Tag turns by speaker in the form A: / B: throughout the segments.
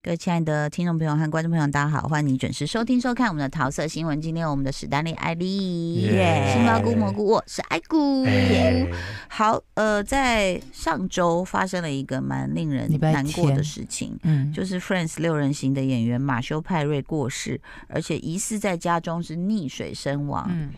A: 各位亲爱的听众朋友和观众朋友，大家好，欢迎你准时收听收看我们的桃色新闻。今天有我们的史丹利、艾丽、
B: 耶
A: 杏鲍菇、蘑菇，我是艾菇。
B: 哎
A: 好，呃，在上周发生了一个蛮令人
C: 礼拜
A: 难过的
C: 天
A: 事情，
C: 嗯，
A: 就是 Friends 六人行的演员马修·派瑞过世，而且疑似在家中是溺水身亡。
C: 嗯，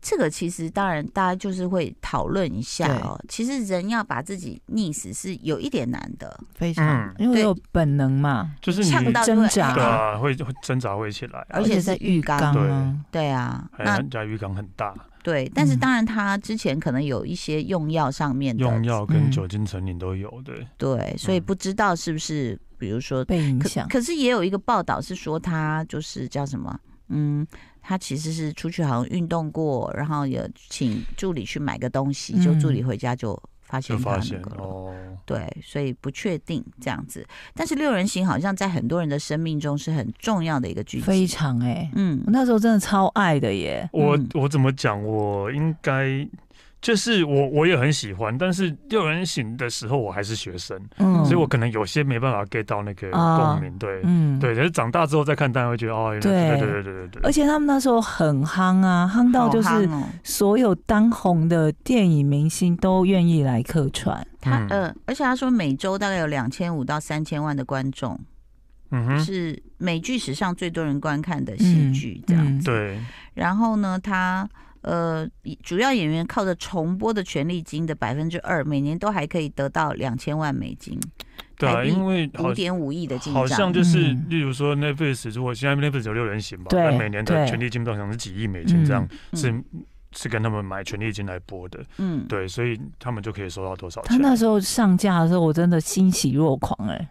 A: 这个其实当然大家就是会讨论一下哦。其实人要把自己溺死是有一点难的，
C: 非常
B: 嗯，
C: 因为有本能嘛，
B: 就是
A: 呛
B: 你
A: 到就
C: 挣
A: 会哎
C: 扎
B: 对啊，会会挣扎会起来啊，
A: 而且是
C: 在
A: 浴
C: 浴
A: 缸
C: 缸
B: 对
C: 啊，
A: 对啊，
B: 哎
A: 那
B: 人家鱼缸很大，
A: 对，但是
C: 嗯
A: 当然他之前可能有一些用药上面的
B: 用药跟
C: 嗯
B: 酒精成瘾都有，对，
A: 对，所以
B: 嗯
A: 不知道是不是比如说
C: 被影
A: 可
C: 响，
A: 可是也有一个报道是说他就是叫什么，嗯，他其实是出去好像运动过，然后也请助理去买个东西，
C: 嗯
A: 就助理回家就发
B: 就
A: 现他
B: 发
A: 那
B: 现
A: 个了。
B: 哦，
A: 对，所以不确定这样子，但是六人行好像在很多人的生命中是很重要的一个剧
C: 非
A: 集。
C: 常哎，
A: 嗯
C: 我那时候真的超爱的耶，
B: 我
A: 嗯
B: 我怎么讲？我应该就是我我也很喜欢，但是六人行的时候我还是学生，
C: 嗯，
B: 所以我可能有些没办法 get 到那个
C: 啊
B: 共鸣，对
C: 嗯，
B: 对。但是长大之后再看，当然会觉得哦，原来对对对对对对，
C: 而且他们那时候很夯啊，夯到
A: 好
C: 就
A: 夯
C: 是
A: 哦
C: 所有当红的电影明星都愿意来客串，
A: 他
B: 嗯
A: 呃，而且他说每周大概有两千五到三千万的观众，
B: 嗯哼，
A: 是美剧史上最多人观看的戏剧这样。
C: 嗯，
B: 对，
A: 然后呢，他呃，主要演员靠着重播的权利金的百分之二，每年都还可以得到两千万美金，
B: 对啊，
A: 台币
B: 因为好
A: 五点五亿的进账。
B: 好像就是
C: 嗯，
B: 例如说 Netflix，如果现在 Netflix 有六人行吧，
C: 对
B: 那每年的
C: 对
B: 权利金好像是几亿美金这样，
A: 嗯
B: 是是跟他们买权利金来播的，
A: 嗯，
B: 对，所以他们就可以收到多少
C: 他
B: 钱？
C: 那时候上架的时候，我真的欣喜若狂哎、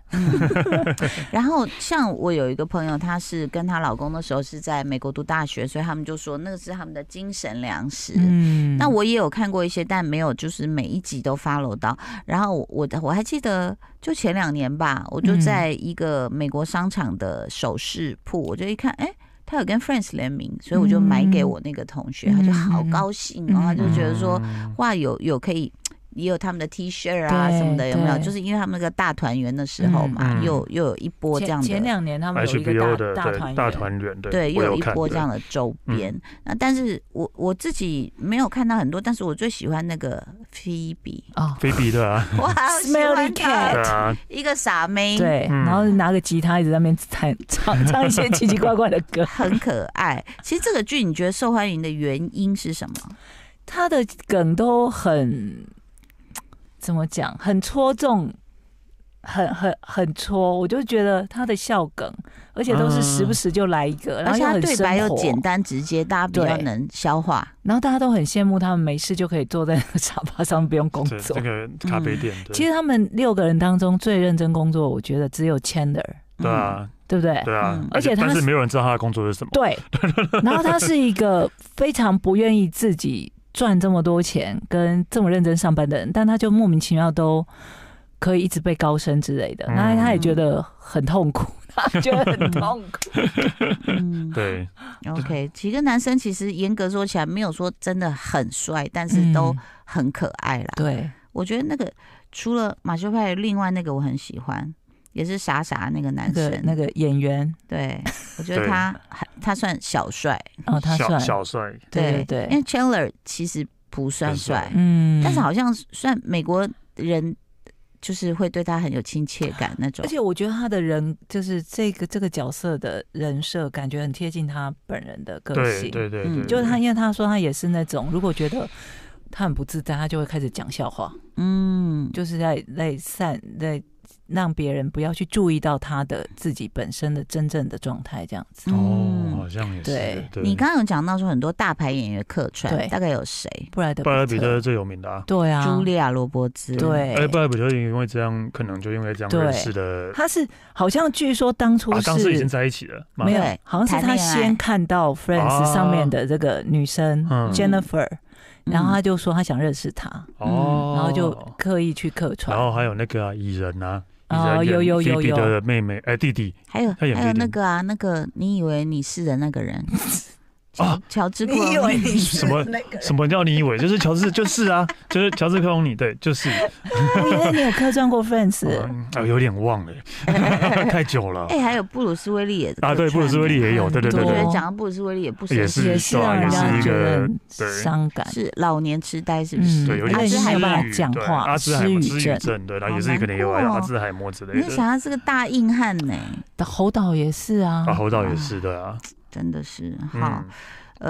A: 然后像我有一个朋友，她是跟她老公的时候是在美国读大学，所以他们就说那个是他们的精神粮食。
C: 嗯，
A: 那我也有看过一些，但没有就是每一集都 follow 到。然后我我我还记得，就前两年吧，我就
C: 嗯
A: 在一个美国商场的首饰铺，我就一看，哎。他有跟 Friends 联名，所以我就买给我那个同学，
C: 嗯
A: 他就好高兴哦，
C: 嗯
A: 他就觉得说，
B: 嗯
A: 哇，有有可以，也有他们的 T 恤啊
C: 对
A: 什么的，有没有？
C: 对
A: 就是因为他们那个大团圆的时候嘛，
B: 嗯嗯
A: 又又有一波这样
C: 前
A: 的
C: 前两年他们有一
B: HBO
C: 个
B: 的
C: 大
B: 对
C: 团
B: 大
C: 圆
B: 团圆，对嗯
A: 对，
B: 我
A: 又
B: 有
A: 一
B: 看
A: 波这样的周边。那但是我我自己没有看到很多，但是我最喜欢那个菲比，
C: 哦，
B: 对菲比 的啊，
A: 我好喜欢
C: Smelly
A: 她
C: cat
B: 对啊，
A: 一个傻妹，，。
C: 对，
B: 嗯
C: 然后拿个吉他一直在那边弹唱唱一些奇奇怪怪的歌
A: 很可爱。其实这个剧你觉得受欢迎的原因是什么？
C: 他的梗都很怎么讲，很戳中，很很很戳。我就觉得他的笑梗，而且都是时不时就来一个，然
A: 而
C: 后
A: 且
C: 又
A: 它
C: 很
A: 对白
C: 生
A: 又
C: 活
A: 简，单直接，大家比较
C: 对
A: 能消化。
C: 然后大家都很羡慕他们没事就可以坐在那个沙发上不用工
B: 这
C: 作
B: 这。个咖啡店，
C: 嗯其
B: 对
C: 实他们六个人当中最认真工作，我觉得只有 Chandler，
B: 对啊，
C: 对不对？
B: 对啊
A: 嗯，
C: 而且他
B: 但是
C: 是
B: 没有人知道他的工作是什么，
C: 对， 然后他是一个非常不愿意自己赚这么多钱跟这么认真上班的人，但他就莫名其妙都可以一直被高升之类的，
B: 嗯
C: 那、他也觉得很痛苦， 他觉得很痛 苦。
A: 嗯，
B: 对，
C: 啊
A: ，OK。几个男生其实严格说起来，没有说真的很帅，但是
C: 嗯
A: 都很可爱啦。
C: 对，
A: 我觉得那个除了马修派，另外那个我很喜欢，也是傻傻那个
C: 那
A: 男
C: 个
A: 生。
C: 那个演员，
A: 对，我觉得
B: 对
A: 他还他算小帅，
C: 哦，他
B: 小
C: 算，
B: 小帅，
C: 对对
A: 因为
C: 对，
A: Chandler 其实不算
B: 不算
A: 帅，
C: 嗯
A: 但是，好像算美国人就是会对他很有亲切感那种
C: 而。且我觉得他的人就是这个这个角色的人设，感觉很贴近他本人的个
B: 对
C: 性。
B: 对对
A: 嗯
B: 对，
C: 就是他，因为他说他也是那种，如果觉得他很不自在，他就会开始讲笑话。
A: 嗯，
C: 就是在在散在让别人不要去注意到他的自己本身的真正的状态，这样子。
B: 哦，
A: 嗯
B: 好像也是
C: 对，
B: 对
A: 你刚刚有讲到说很多大牌演员客串，
C: 对
A: 大概有谁？
C: 布莱德
B: 巴尔比
C: 特
B: 特是最有名的啊。
C: 对啊，
A: 茱莉亚·罗伯兹，
C: 对
B: 哎，巴尔比特因为这样，可能就因为这样
C: 对
B: 认识的
C: 他是好像据说当初
B: 啊，
C: 是、
B: 当时已经在一起了嘛
C: 没？有
A: 对，
C: 好像是
A: 谈
C: 他
A: 恋爱
C: 先看到 Friends
B: 啊
C: 上面的这个女生、
B: 嗯
C: Jennifer，
A: 嗯
C: 然后他就说他想认识她，
B: 哦，
C: 嗯然后就刻意去客串。
B: 然后还有那个啊蚁人啊，蚁
C: 哦
B: 人演
C: 有有有
B: Phoebe
C: 有
B: 的妹妹哎弟弟
A: 还有
B: 他演
A: 还有
B: 贝蒂
A: 那个啊，那个你以为你是的那个人，乔乔治克隆
D: 你以为你是
B: 什么
D: 那个人
B: 哦什么叫你以为？就是乔治，就是啊，就是乔治克隆尼，对，就是，
C: 我以哎为你有客串过 Friends，
B: 嗯啊，有点忘了，太久了
A: 哎、还有布鲁斯威利也
B: 啊。对，布鲁斯威利也有，对对对
A: 我觉
B: 对
C: 很
A: 得
C: 多
A: 讲到布鲁斯威利也不
B: 也
A: 生气
B: 是
C: 也
B: 对
C: 让
B: 啊
C: 人
B: 也
C: 家
B: 是一
C: 觉
B: 个
C: 得
B: 对
C: 伤感。
A: 是老年痴呆是不
C: 嗯
A: 是？
B: 对，有
A: 阿
B: 点
A: 兹
B: 失
A: 海
C: 没有办法
A: 默。
B: 语
C: 讲
B: 对
C: 话
B: 阿兹海默
C: 失语
B: 失语
C: 症
B: 症，对，他
A: 好
B: 也是一个
A: 难
B: 那个
A: 过
B: 阿
A: 哦
B: 兹海默之类
A: 你就
B: 的。
A: 想他是个大硬汉呢、
C: 侯导也是啊，
B: 啊，侯导也是，对啊，
A: 真的是好
B: 嗯。，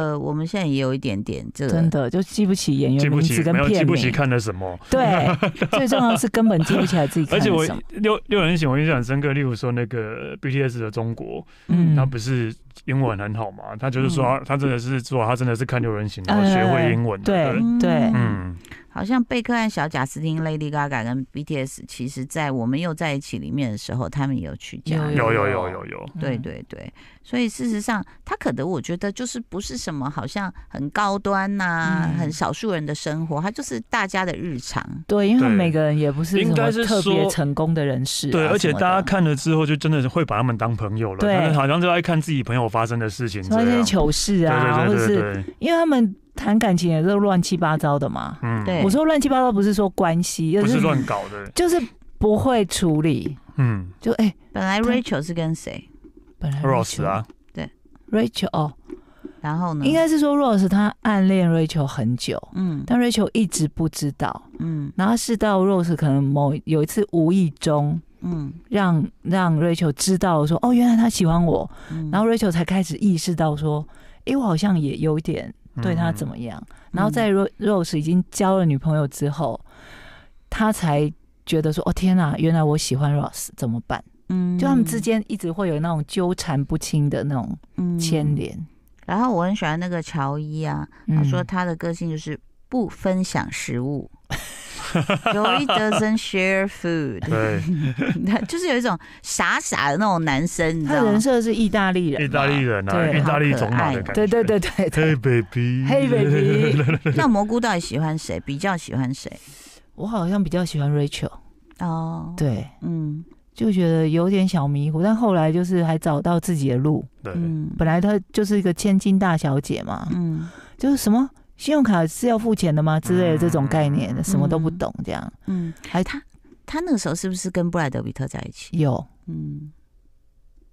A: 呃，我们现在也有一点点这个，
C: 真的就记不起演
B: 嗯记
C: 员
B: 不
C: 名
B: 起
C: 字，跟
B: 没有记
C: 片
B: 不起
C: 名。
B: 看了什么。
C: 对，最重要的是根本记不起来自己看
B: 而且
C: 了
B: 我
C: 什么。
B: 六六人行我印象很深刻，例如说那个 BTS 的中国，
C: 嗯
B: 他不是英文很好嘛？他就是说他他真的是说他真的是看六人行，然后
C: 哎
B: 学会英文的。
C: 对对
B: 嗯，
A: 好像贝克汉、小贾斯汀、Lady Gaga 跟 BTS，其实在我们又在一起里面的时候，他们也有去加
C: 嗯
A: 入。
B: 有有有有有，
A: 对对对，所以事实上，他可能我觉得就是不是什么好像很高端呐、
C: 嗯
A: 很少数人的生活，他就是大家的日常。
C: 对，因为
B: 对
C: 每个人也不是什
B: 应该
C: 么
B: 是
C: 特别
B: 说
C: 成功的人士啊、
B: 对，而且
C: 什么
B: 大家，
C: 的
B: 看了之后，就真的是会把他们当朋友了，
C: 对
B: 他们好像就爱看自己朋友发生的事情
C: 什
B: 这
C: 么那些
B: 样。
C: 糗事啊，
B: 对对对
C: 或者是
B: 对对，
C: 因为他们谈感情也都乱七八糟的嘛。
B: 嗯，
A: 对
C: 我说乱七八糟不是说关系，就
B: 不是
C: 是
B: 乱搞的，
C: 就是不会处理，
B: 嗯
C: 就哎、
A: 本来
C: 他
A: Rachel 是跟谁？
C: 本来
B: ，Rose 啊，
C: Rachel，Rachel 哦，
A: 然后呢？
C: 应该是说 Rose 她暗恋 Rachel 很久，
A: 嗯
C: 但 Rachel 一直不知道，
A: 嗯
C: 然后是到 Rose 可能某有一次无意中。
A: 嗯
C: 让让 Rachel 知道说哦，原来他喜欢我，
A: 嗯，
C: 然后 Rachel 才开始意识到说，诶，我好像也有一点
A: 嗯
C: 对
B: 嗯
C: 他怎么样。然后在 Ro- Rose 已经交了女朋友之后，他才觉得说：“哦天哪，原来我喜欢 Rose，怎么办？”
A: 嗯
C: 就他们之间一直会有那种纠缠不清的那种牵。
A: 嗯
C: 连。
A: 然后我很喜欢那个乔伊啊，他
C: 嗯
A: 说他的个性就是不分享食物，Joey doesn't share food，
B: 对，
A: 就是有一种傻傻的那种男生，你知
C: 他
A: 道吗
C: 人？设是意大利人嘛，
B: 意大利人啊，
C: 对
B: 意大利
A: 好可
B: 种马
A: 爱
B: 的
A: 哦
B: 感觉，
C: 对对对对对。
B: ，Hey baby，
C: 嘿 baby，
A: 那蘑菇到底喜欢谁？比较喜欢谁？
C: 我好像比较喜欢 Rachel，
A: 哦，，
C: 对，
A: 嗯
C: 就觉得有点小迷糊，但后来就是还找到自己的路。
B: 对，
A: 嗯
C: 本来她就是一个千金大小姐嘛，
A: 嗯
C: 就是什么信用卡是要付钱的吗之类的这种概念，什么都不
A: 嗯
C: 懂这样。
A: 嗯，
C: 还
A: 他他那个时候是不是跟布莱德比特在一起？
C: 有，
A: 嗯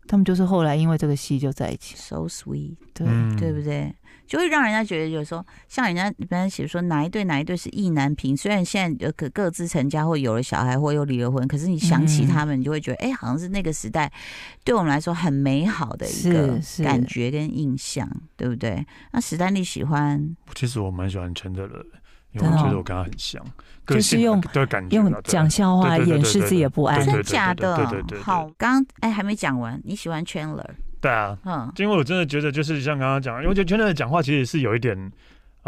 C: 他们就是后来因为这个戏就在一起。
A: ，so sweet，
C: 对，
B: 嗯
A: 对不对？就会让人家觉得有时候像人家人家写说哪一对哪一对是意难平，虽然现在呃各各自成家或有了小孩或又离了婚，可是你想起
C: 嗯
A: 他们，你就会觉得哎、好像是那个时代对我们来说很美好的一
C: 是
A: 个
C: 是
A: 感觉跟印象，对不对？那史丹利喜欢
B: 其实我蛮喜欢陈德的，因为
C: 真
B: 我
C: 的哦
B: 觉得我跟他很像，个
C: 就是
B: 性
C: 用
B: 的感觉啦，
C: 用
B: 对啊
C: 讲笑话
B: 对对对
C: 掩
B: 对
C: 饰
B: 对
C: 自己的不安
B: 对。
A: 真假的
B: 对对对对对对
A: 好，刚刚哎还没讲完，你喜欢 Chandler，
B: 对啊，
A: 嗯
B: 因为我真的觉得就是像刚刚讲，因为我觉得 Chandler 讲话其实是有一点。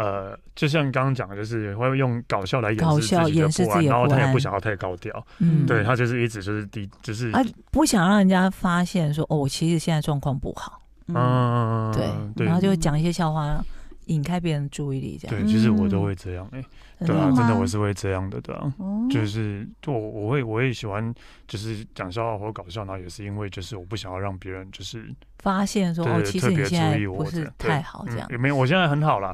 B: 呃，就像刚刚讲的，就是会用搞笑来掩
C: 搞
B: 饰
C: 笑
B: 自己的
C: 掩饰
B: 不
C: 自
B: 安，
C: 己的
B: 然后
C: 不
B: 他也
C: 安
B: 不想要太高调，
A: 嗯
B: 对他就是一直就是低，就是
C: 啊，不想让人家发现说哦，我其实现在状况不好，
A: 嗯
B: 嗯，
C: 对，
B: 对
C: 然后就讲一些笑话，引开别人注意力，这样。
B: 对，其实我都会这样哎，对啊，
A: 嗯
B: 真的我是会这样的，对
C: 嗯
B: 啊，
A: 哦
B: 就是就我我会我也喜欢就是讲笑话或搞笑，然后也是因为就是我不想要让别人就是
C: 发现说
B: 对
C: 哦，
B: 对
C: 其
B: 特
C: 实你
B: 别
C: 现在
B: 注意
C: 不
B: 我
C: 是
B: 的对嗯
C: 太好，这样
B: 也。没有，我现在很 好啦，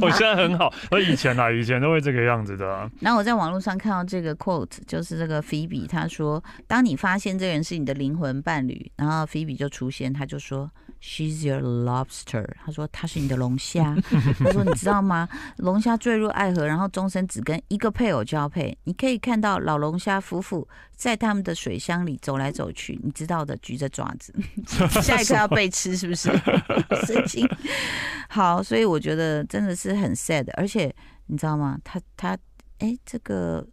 B: 我现在很好，我以前啦，啊以前都会这个样子的啊、
A: 然后我在网络上看到这个 quote，就是这个菲比他说：“当你发现这个人是你的灵魂伴侣，然后菲比就出现，他就说 She's your lobster。”他说他是你的龙虾。他说你知道吗？龙虾坠入爱河，然后终身只跟一个配偶交配。你可以看到老龙虾夫妇在他们的水箱里走来走去，你知道的，举着爪子，下一刻要被吃，是不 是？神经。好，所以我觉得真的是很 sad，而且你知道吗？他他哎，这个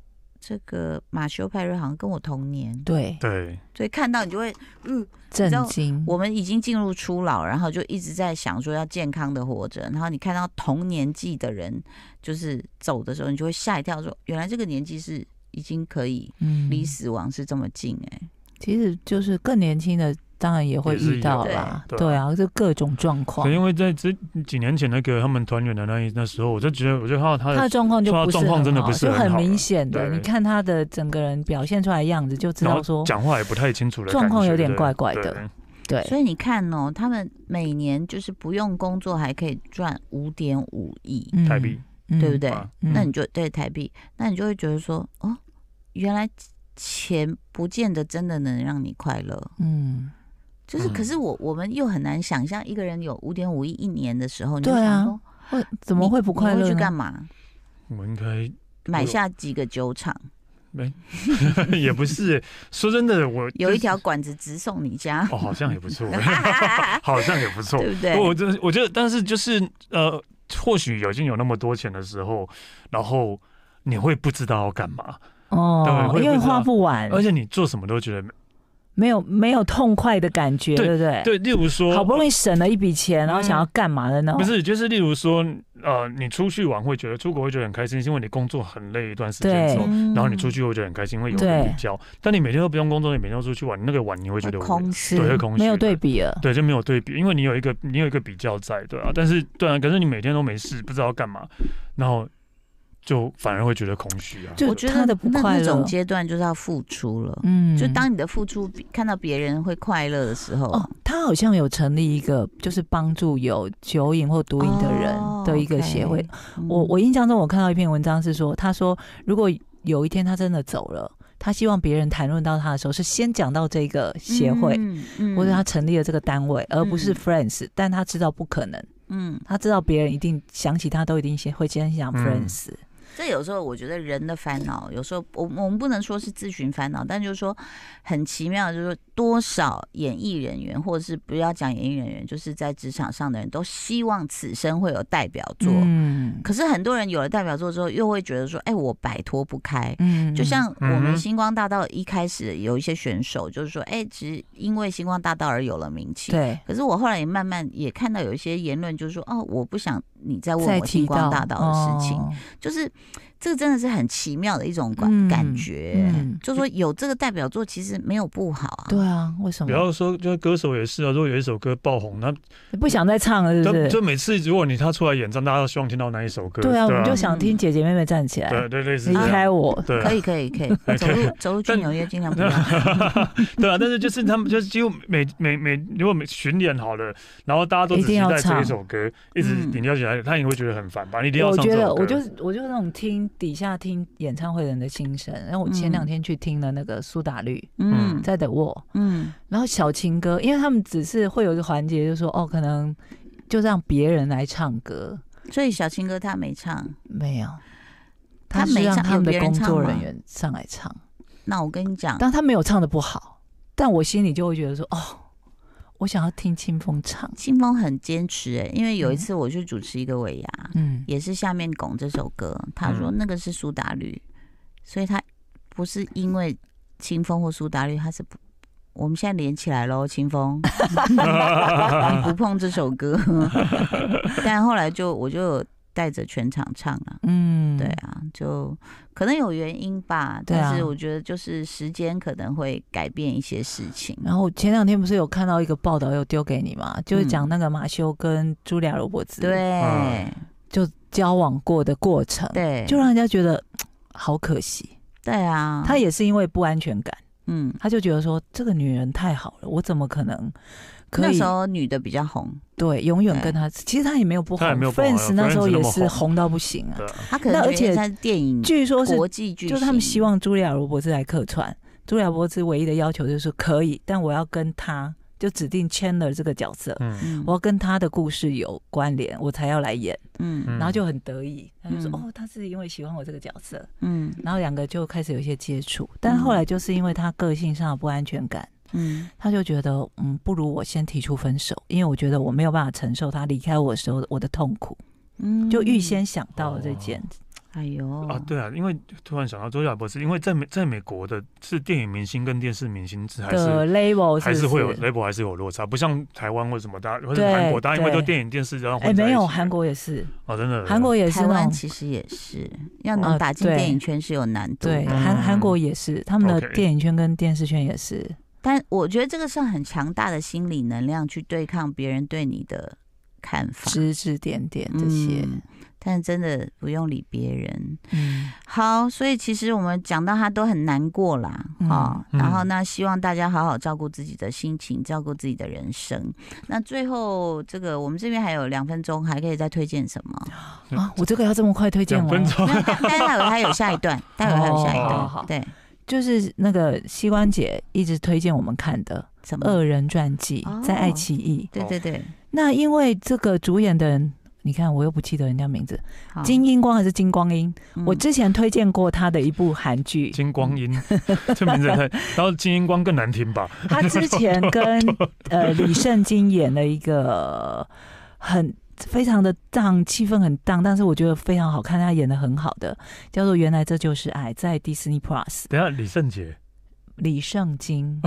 A: 这个马修派瑞好像跟我同年，
C: 对，
B: 对，
A: 所以看到你就会，嗯，
C: 震
A: 知道
C: 惊。
A: 我们已经进入初老，然后就一直在想说要健康的活着，然后你看到同年纪的人就是走的时候，你就会吓一跳说原来这个年纪是已经可以
C: 嗯
A: 离死亡是这么近哎、
C: 其实就是更年轻的，当然也会
B: 也是
C: 遇到
A: 有
C: 啦，
B: 对
C: 对啊，就各种状况
B: 可。因为在这几年前那个他们团圆的那一那时候，我就觉得，我就看到他
C: 他的
B: 的，
C: 状况就
B: 说他
C: 不是
B: 状况
C: 很
B: 真的
C: 好
B: 不是
C: 就
B: 很好
C: 明
B: 了
C: 显的，
B: 对
C: 你看他的整个人表现出来的样子，就知
B: 然
C: 道
B: 后
C: 说
B: 讲话也不太清楚的感觉，
C: 状况有点
B: 对
C: 怪怪
B: 对
C: 的对，
A: 所以你看哦，他们每年就是不用工作还可以赚五点五亿，
C: 嗯
B: 台币，
A: 对不？对？
B: 啊
C: 嗯
A: 那你就对台币，那你就会觉得说，哦，原来钱不见得真的能让你快乐。
C: 嗯，
A: 就是，
B: 嗯
A: 可是我我们又很难想象一个人有五点五亿一年的时候，你就
C: 对啊
A: 想说
C: 会怎么
A: 你
C: 会不快
A: 你
C: 乐
A: 会去干
C: 呢？
A: 嘛？
B: 我应该
A: 买下几个酒厂，
B: 也不是。说真的，我
A: 有一
B: 就是
A: 条管子直送你家，
B: 哦，好像也 不错，好像也不 错。
A: 对不对？
B: 我真的我觉得，但是就是呃，或许有已经有那么多钱的时候，然后你会不知道要干嘛，
C: 哦，
B: 对会
C: 因为
B: 不知道
C: 花不完，
B: 而且你做什么都觉得没
C: 没有没有痛快的感觉，
B: 对
C: 对不对？
B: 对。例如说，
C: 好不容易哦省了一笔钱，然后
B: 嗯
C: 想要干嘛的呢？
B: 不是，就是例如说，呃，你出去玩会觉得出国会觉得很开心，是因为你工作很累一段时间
C: 对
B: 之后，
A: 嗯
B: 然后你出去会觉得很开心，会有人
C: 对
B: 比较。但你每天都不用工作，你每天都出去玩，那个玩你会觉得无聊
A: 空
C: 是
B: 对会空虚
C: 没有对比了。
B: 对，就没有对比，因为你有一个你有一个比较在，对啊。但是对啊，可是你每天都没事，不知道干嘛，然后就反而会觉得空虚啊。
C: 就
A: 我觉
C: 他
A: 得
C: 的不
A: 那
C: 快
A: 那
C: 乐
A: 种阶段就是要付出了。
C: 嗯
A: 就当你的付出比看到别人会快乐的时候，
C: 哦，他好像有成立一个就是帮助有酒瘾或毒瘾的人
A: 哦
C: 的一个协会。
A: OK，嗯
C: 我我印象中我看到一篇文章是说，他说如果有一天他真的走了，他希望别人谈论到他的时候是先讲到这个协会。
A: 嗯嗯
C: 或者他成立了这个单位，而不是
A: 嗯
C: Friends，、但他知道不可能，
A: 嗯，
C: 他知道别人一定想起他都一定先会先想
B: 嗯
C: Friends，、
A: 这有时候我觉得人的烦恼，有时候我我们不能说是自寻烦恼，但就是说很奇妙，就是说多少演艺人员，或者是不要讲演艺人员，就是在职场上的人都希望此生会有代表作。
C: 嗯
A: 可是很多人有了代表作之后，又会觉得说，哎，我摆脱不开。
C: 嗯
A: 就像我
B: 嗯
A: 们
B: 哼
A: 星光大道一开始有一些选手，就是说，哎，只是因为星光大道而有了名气。
C: 对，
A: 可是我后来也慢慢也看到有一些言论，就是说，哦，我不想你再问
C: 再
A: 我
C: 提
A: 星光
C: 到
A: 大道的事情，
C: 哦
A: 就是这个真的是很奇妙的一种感、
C: 嗯
A: 感觉，
C: 嗯
A: 就说有这个代表作其实没有不好啊。
C: 对啊，为什
B: 不
C: 么
B: 要说，就是歌手也是啊。如果有一首歌爆红，那
C: 你不想再唱了？是
B: 就
C: 不？
B: 是就每次如果你他出来演唱，大家都希望听到那一首歌。
C: 对啊，我们就
A: 对啊
C: 想听姐姐妹妹站起来，
B: 对对类似
C: 离
B: 这样。
C: 开我。
B: 对啊
A: 可以可以可 以，走路走路去纽约尽量不要。
C: 嗯
B: 对啊，但是就是他们就是几乎每每每如果每巡演好了，然后大家都只
C: 一
B: 期
C: 定要
B: 待这
C: 唱
B: 一首歌，一直
A: 嗯
B: 你要起来，他也会觉得很烦吧？你一定要
C: 我
B: 唱这
C: 觉得
B: 首歌。
C: 我就是我就是那种听底下听演唱会人的心声。然后我前
A: 嗯
C: 两天去听了那个苏打绿
A: 嗯
C: 在的沃，
A: 嗯
C: 然后小情歌，因为他们只是会有一个环节，就是说哦，可能就让别人来唱歌，
A: 所以小青哥他没唱，
C: 没有，
A: 他
C: 是
A: 没
C: 让
A: 唱
C: 他
A: 有
C: 们
A: 别
C: 的
A: 人
C: 工
A: 唱
C: 作
A: 吗
C: 人啊员上来唱，
A: 那我跟你讲，
C: 但他没有唱的不好，但我心里就会觉得说哦，我想要听清风唱，
A: 清风很坚持哎、因为有一
C: 嗯
A: 次我去主持一个尾牙，
C: 嗯，
A: 也是下面拱这首歌，他说
B: 嗯
A: 那个是苏打绿，所以他不是因为清风或苏打绿，他是不。我们现在连起来喽，清风， 你不碰这首歌， 但后来就我就有带着全场唱了。
C: 嗯，
A: 对啊，就可能有原因吧，
C: 对啊
A: 但是我觉得就是时间可能会改变一些事情。
C: 然后前两天不是有看到一个报道，有丢给你嘛，就是讲那个马修跟茱莉亚·罗伯茨
A: 嗯对
B: 嗯
C: 就交往过的过程，
A: 对，
C: 就让人家觉得嘖好可惜。
A: 对啊，
C: 他也是因为不安全感，
A: 嗯，
C: 他就觉得说这个女人太好了，我怎么可能可
A: 那
C: 以
A: 时候女的比较红，
C: 对永远
A: 对
C: 跟她？其实她也没有不红
B: 她也没有不红啊
C: ，Friends 那时候
B: Friends
C: 也
B: 那么
C: 是
B: 红
C: 红到不行啊
B: 对。
A: 她可能
C: 那而
A: 觉得
C: 且
A: 她是电影
C: 据说是
A: 国际巨星，
C: 就是他们希望茱莉亚·罗伯茨来客串。茱莉亚·罗伯茨唯一的要求就是可以，但我要跟她就指定 Chandler 这个角色，
B: 嗯
A: 嗯，
C: 我要跟她的故事有关联，我才要来演。
A: 嗯
B: 嗯
C: 然后就很得意，他就说：“
A: 嗯
C: 哦，他是因为喜欢我这个角色。
A: 嗯”
C: 然后两个就开始有一些接触，但后
B: 嗯
C: 来就是因为他个性上的不安全感，
A: 嗯
C: 他就觉得，嗯，不如我先提出分手，因为我觉得我没有办法承受他离开我的时候我的痛苦，
A: 嗯
C: 就预，先想到
B: 哦
C: 了这件。
A: 哎呦
B: 啊，对啊，因为突然想到周亚博士，因为在美在美国的是电影明星跟电视明星是还
C: 的
B: 是
C: label
B: 还
C: 是
B: 是
C: 不
B: 会
C: 是
B: 有 label 还是有落差，不像台湾或什么大家或者
C: 对
B: 韩国，大家因为
C: 对
B: 都电影电视然后
C: 哎、
B: 混在一
C: 没有，
B: 起
C: 韩国也是，
B: 哦，真的
C: 韩国也是
A: 台
C: 那
A: 湾
C: 种
A: 其实也是要
C: 呃
A: 能打进
C: 对
A: 电影圈是有难度
C: 对
A: 的，
B: 嗯
C: 韩韩国也是，他们的
B: OK
C: 电影圈跟电视圈也是，
A: 但我觉得这个是很强大的心理能量去对抗别人对你的看法。
C: 指指点点这些，
A: 嗯但真的不用理别人。
C: 嗯，
A: 好，所以其实我们讲到他都很难过啦，
C: 嗯
A: 哦，
B: 嗯
A: 然后那希望大家好好照顾自己的心情，照顾自己的人生。那最后这个我们这边还有两分钟，还可以再推荐什 么？
C: 啊，我这个要这么快推荐
B: 嗯两分
C: 吗？
B: 钟
A: 没有，待待会儿还有下一段，待会儿还有下一
B: 哦
A: 段，
B: 好
C: 好
A: 对，
C: 就是那个膝关节一直推荐我们看的
A: 怎
C: 《
A: 么？
C: 恶人传记
A: 哦》
C: 在爱奇艺。
A: 对对对，
C: 那因为这个主演的人，你看我又不记得人家名字，
A: 好
C: 金英光还是金光英？
A: 嗯
C: 我之前推荐过他的一部韩剧，
B: 金光 银，这名字也太，然后金英光更难听吧？
C: 他之前跟呃李圣经演了一个很非常的荡，气氛很荡，但是我觉得非常好看，他演的很好的，叫做《原来这就是爱》，在 Disney Plus。
B: 等一下李圣杰，
C: 李圣经，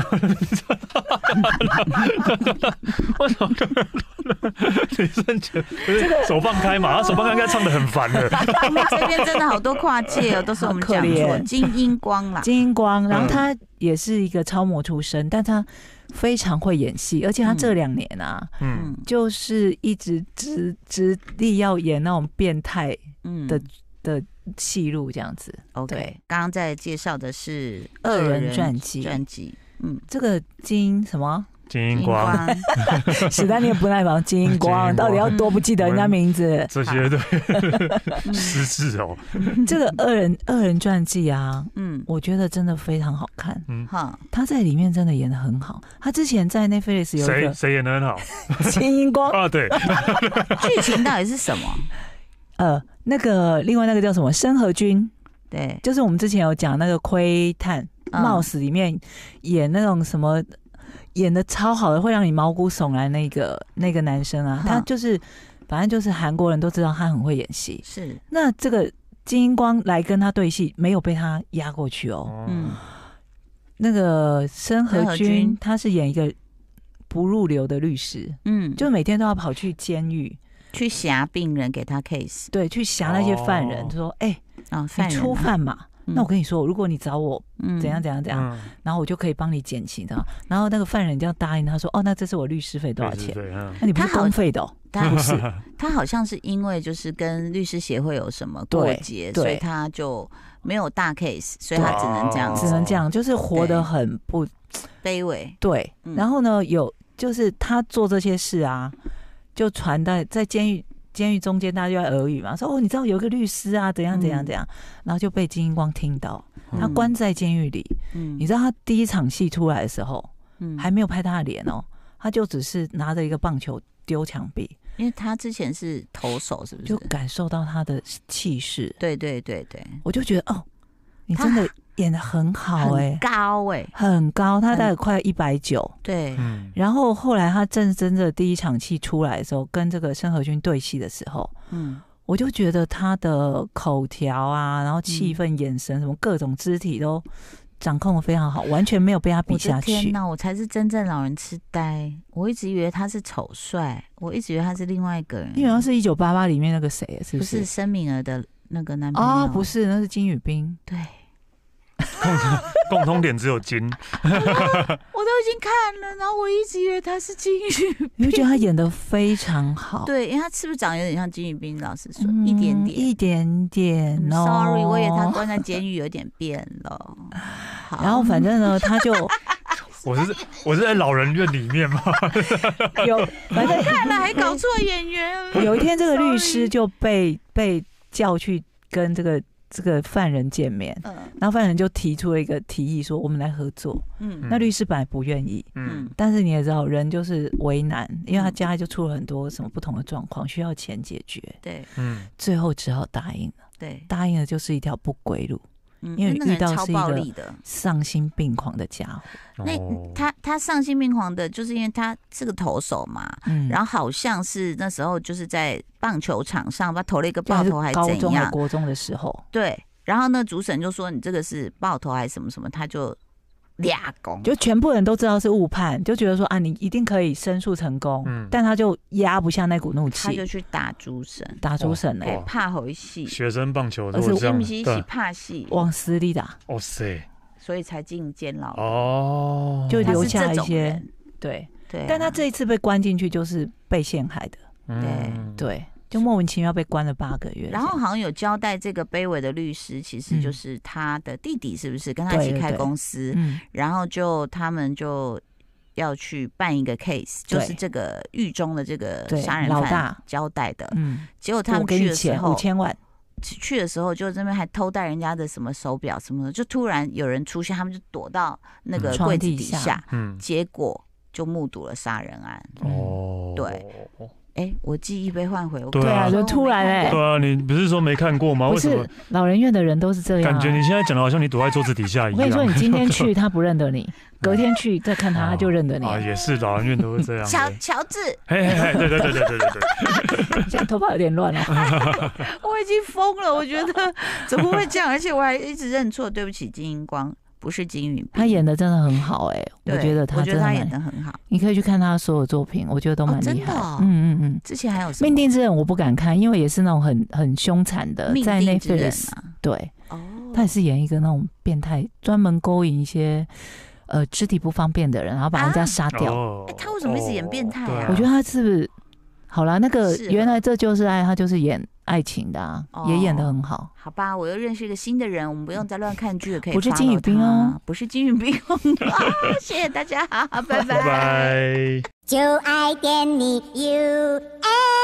B: 为什么？李圣杰不
C: 这个
B: 是手放开嘛？他手放开应该唱的很烦的。
A: 这边真的好多跨界哦，都是我们讲
C: 好可
A: 错，
C: 怜
A: 金英光啦，
C: 金英光，然后
B: 嗯
C: 他也是一个超模出身，但他非常会演戏，而且他这两年啊，
B: 嗯
A: 嗯
C: 就是一直直直立要演那种变态
A: 嗯
C: 的戏路这样子。
A: OK，
C: 对
A: 刚刚在介绍的是《
C: 恶人
A: 人
C: 传记，
A: 传记，嗯，
C: 这个金 什么？
B: 金英光，
C: 史丹利不耐烦，金英光
B: 金英光
C: 到底要多不记得人家名字？
B: 这些对
A: 嗯
B: 失智哦，
C: 这个恶人恶人传记啊，
A: 嗯，
C: 我觉得真的非常好看，
B: 嗯，
A: 好，
C: 他在里面真的演的很好。他之前在 Netflix 有一
B: 谁
C: 个哦
B: 谁演的很好
C: 金英光，
B: 啊？对，
A: 剧情到底是什么？
C: 呃，那个另外那个叫什么申和君，
A: 对，
C: 就是我们之前有讲那个窥探
A: 嗯
C: Mouse 里面演那种什么。演的超好的，会让你毛骨悚然。那个那个男生啊，
A: 嗯
C: 他就是，反正就是韩国人都知道他很会演戏，
A: 是，
C: 那这个金英光来跟他对戏，没有被他压过去哦。
A: 嗯
B: 嗯，
C: 那个
A: 申
C: 申和
A: 和
C: 君
A: 君，
C: 他是演一个不入流的律师，
A: 嗯，就
C: 就每天都要跑去监狱，
A: 去挟病人给他 case
C: 对，去挟那些犯人，
B: 哦
C: 就说：“哎、
A: 啊，犯
C: 你
A: 人
C: 初
A: 啊，
C: 犯嘛。那我跟你说，如果你找我
A: 嗯
C: 怎样怎样怎样，
B: 嗯
C: 然后我就可以帮你减刑的。然后那个犯人就要答应他说：“哦，那这是我律师费多少
B: 对
C: 钱？
B: 对对，嗯
C: 那你不是
A: 他好
C: 公费的、哦，
A: 他
C: 不是
A: 他好像是因为就是跟律师协会有什么过
C: 对
A: 节，
C: 对
A: 所以他就没有大 case，所以他只能这样
C: 只
A: 子
B: 哦
C: 能这样，就是活得很不
A: 卑微。
C: 对，
A: 嗯
C: 然后呢，有就是他做这些事啊，就传到在监狱监狱中间，大家就在耳语嘛，说哦，你知道有一个律师啊，怎样怎样
A: 嗯
C: 怎样，然后就被金英光听到，他
A: 嗯
C: 关在监狱里。
A: 嗯
C: 你知道他第一场戏出来的时候，
A: 嗯
C: 还没有拍他的脸哦，他就只是拿着一个棒球丢墙壁，
A: 因为他之前是投手，是不？
C: 就是感受到他的气势，
A: 对对对对，
C: 我就觉得哦，你真的演的很好哎、
A: 很高哎，
C: 很高，他大概
A: 很
C: 快一百九。
A: 对，
B: 嗯，
C: 然后后来他正真的第一场戏出来的时候，跟这个申和君对戏的时候，
A: 嗯
C: 我就觉得他的口条啊，然后气
A: 嗯
C: 氛、眼神什么各种肢体都掌控的非常好，完全没有被他比
A: 我的
C: 下
A: 天
C: 去。
A: 呐，我才是真正老人痴呆！我一直以为他是丑帅，我一直以为他是另外一个人，
C: 因为他是一九八八里面那个谁，啊是
A: 不
C: 不是
A: 是？哦申敏儿的那个男朋友？
C: 啊、不，是，那是金宇彬。
A: 对，
B: 共通点只有金，
A: 我都已经看了，然后我一直以为他是金 宇。
C: 你会觉得他演的非 常好，
A: 对，因为他是不是长得有点像金宇彬？老实说，
C: 嗯，
A: 一点点。
C: 一点点
A: I'm
C: 哦。
A: Sorry，我以为他关在监狱有点变了。好
C: 然后反正呢，他 就
B: 我是我是在老人院里面嘛，
C: 有，反 正
A: 看了还搞错演员了。
C: 有一天，这个律
A: Sorry
C: 师就被被叫去跟这个这个犯人见面，
A: 嗯
C: 然后犯人就提出了一个提议，说我们来合作。
A: 嗯
C: 那律师本来不愿意，
B: 嗯，
C: 但是你也知道，人就是为难，因为他
A: 嗯
C: 家里就出了很多什么不同的状况，需要钱解决，
A: 对
B: 嗯
C: 最后只好答应了。
A: 对，
C: 答应了就是一条不归路，
A: 嗯
C: 因为
A: 那个
C: 遇到
A: 人超
C: 是一
A: 暴
C: 个
A: 力的。
C: 丧心病狂的家伙。
A: 那
B: 哦
A: 他他丧心病狂的，就是因为他是个投手嘛，
C: 嗯
A: 然
C: 后
A: 后好像是那时候就是在棒球场上吧，投了一个爆
C: 就是
A: 头还
C: 高
A: 是怎
C: 中还
A: 样？
C: 国中的时候，
A: 对，然后那主审就说你这个是爆头还是什么什么，他就俩拱，
C: 就全部人都知道是误判，就觉得说啊，你一定可以申诉成功，
B: 嗯
C: 但他就压不下那股怒
A: 他就
C: 气，
A: 去打主审，
C: 打主审了。
A: 对，
B: 哇
A: 怕回戏，
B: 学生棒球
C: 而
B: 都
C: 且
B: 是这
A: 是
B: 样
A: 不
B: 的，
A: 是一
B: 对
A: 起怕戏，
C: 往死里打，
B: 哦塞，
A: 所以才进监牢。
B: 哦，
C: 就
A: 他是
C: 留下
A: 这
C: 一
A: 种
C: 些
A: 人，
C: 对。
A: 对啊，
C: 但他这一次被关进去就是被陷害的，
B: 嗯
A: 对
C: 对，就莫名其妙被关了八个月这样。
A: 然后好像有交代这个卑微的律师，其实就是他的弟弟，是不是跟他一起
C: 嗯对对
A: 开
C: 对
A: 公司？
C: 嗯，
A: 然后就他们就要去办一个 case，就
C: 对
A: 是这个狱中的这个
C: 对
A: 杀人
C: 老
A: 犯
C: 大
A: 交代的。
C: 嗯，
A: 结果他
C: 我
A: 们
C: 给
A: 去
C: 你
A: 的时
C: 钱
A: 候
C: 五，千万，
A: 去去的时候就这边还偷戴人家的什么手表什么的，就突然有人出现，他们就躲到那个
B: 嗯
A: 柜子
C: 床底
A: 底
C: 下
A: 下，
B: 嗯，
A: 结果就目睹了杀人案。
C: 嗯
B: 哦，
A: 对哎，我记忆被唤回，我
B: 对啊
A: 刚刚说
C: 就突
A: 哦我没看
C: 然哎
A: 过
B: 对啊，你不是说没看过吗？
C: 不
B: 为什
C: 是
B: 么
C: 老人院的人都是这样啊、
B: 感觉你现在讲的好像你躲在桌子底下一
C: 我
B: 样
C: 跟你？说，你今天去他不认得你，隔天去再看他他就认得你 了。
B: 啊，也是老人院都会这样。
A: 乔
B: 对
A: 乔治，
B: 嘿嘿嘿，对对对对对对对，
C: 你现在头发有 点乱了、
A: 我已经疯了，我觉得怎么会这样？而且我还一直认错，对不起，金英光不是金允彬，
C: 他演的真的很好哎、
A: 对
C: 我觉得
A: 我
C: 他
A: 觉
C: 真
A: 得他
C: 的蛮
A: 演的很好。
C: 你可以去看他所有作品，我觉得都蛮厉
A: 哦真的
C: 害。
A: 哦
C: 嗯嗯嗯，
A: 之前还有什么
C: 命定之刃我不敢看，因为也是那种很很凶残的，
A: 命
C: 在
A: 定之人
C: Netflix
A: 啊？
C: 对，
A: 哦，
C: 他也是演一个那种变态，专门勾引一些呃肢体不方便的人，然后把人
A: 啊
C: 家杀掉。
B: 哦
A: 哎他为什么一直演变态啊
C: 我觉得他是不是好啦？那个
A: 是啊
C: 原来这就是爱，他就是演爱情的啊，
A: 哦
C: 也演的很好。
A: 好吧，我又认识一个新的人，我们不用再乱看剧了，可以
C: 不是金宇
A: follow
C: 彬哦
A: 他， 不是金宇彬哦，啊谢 谢大家，拜
B: 拜拜。
D: 就爱点你 UFO。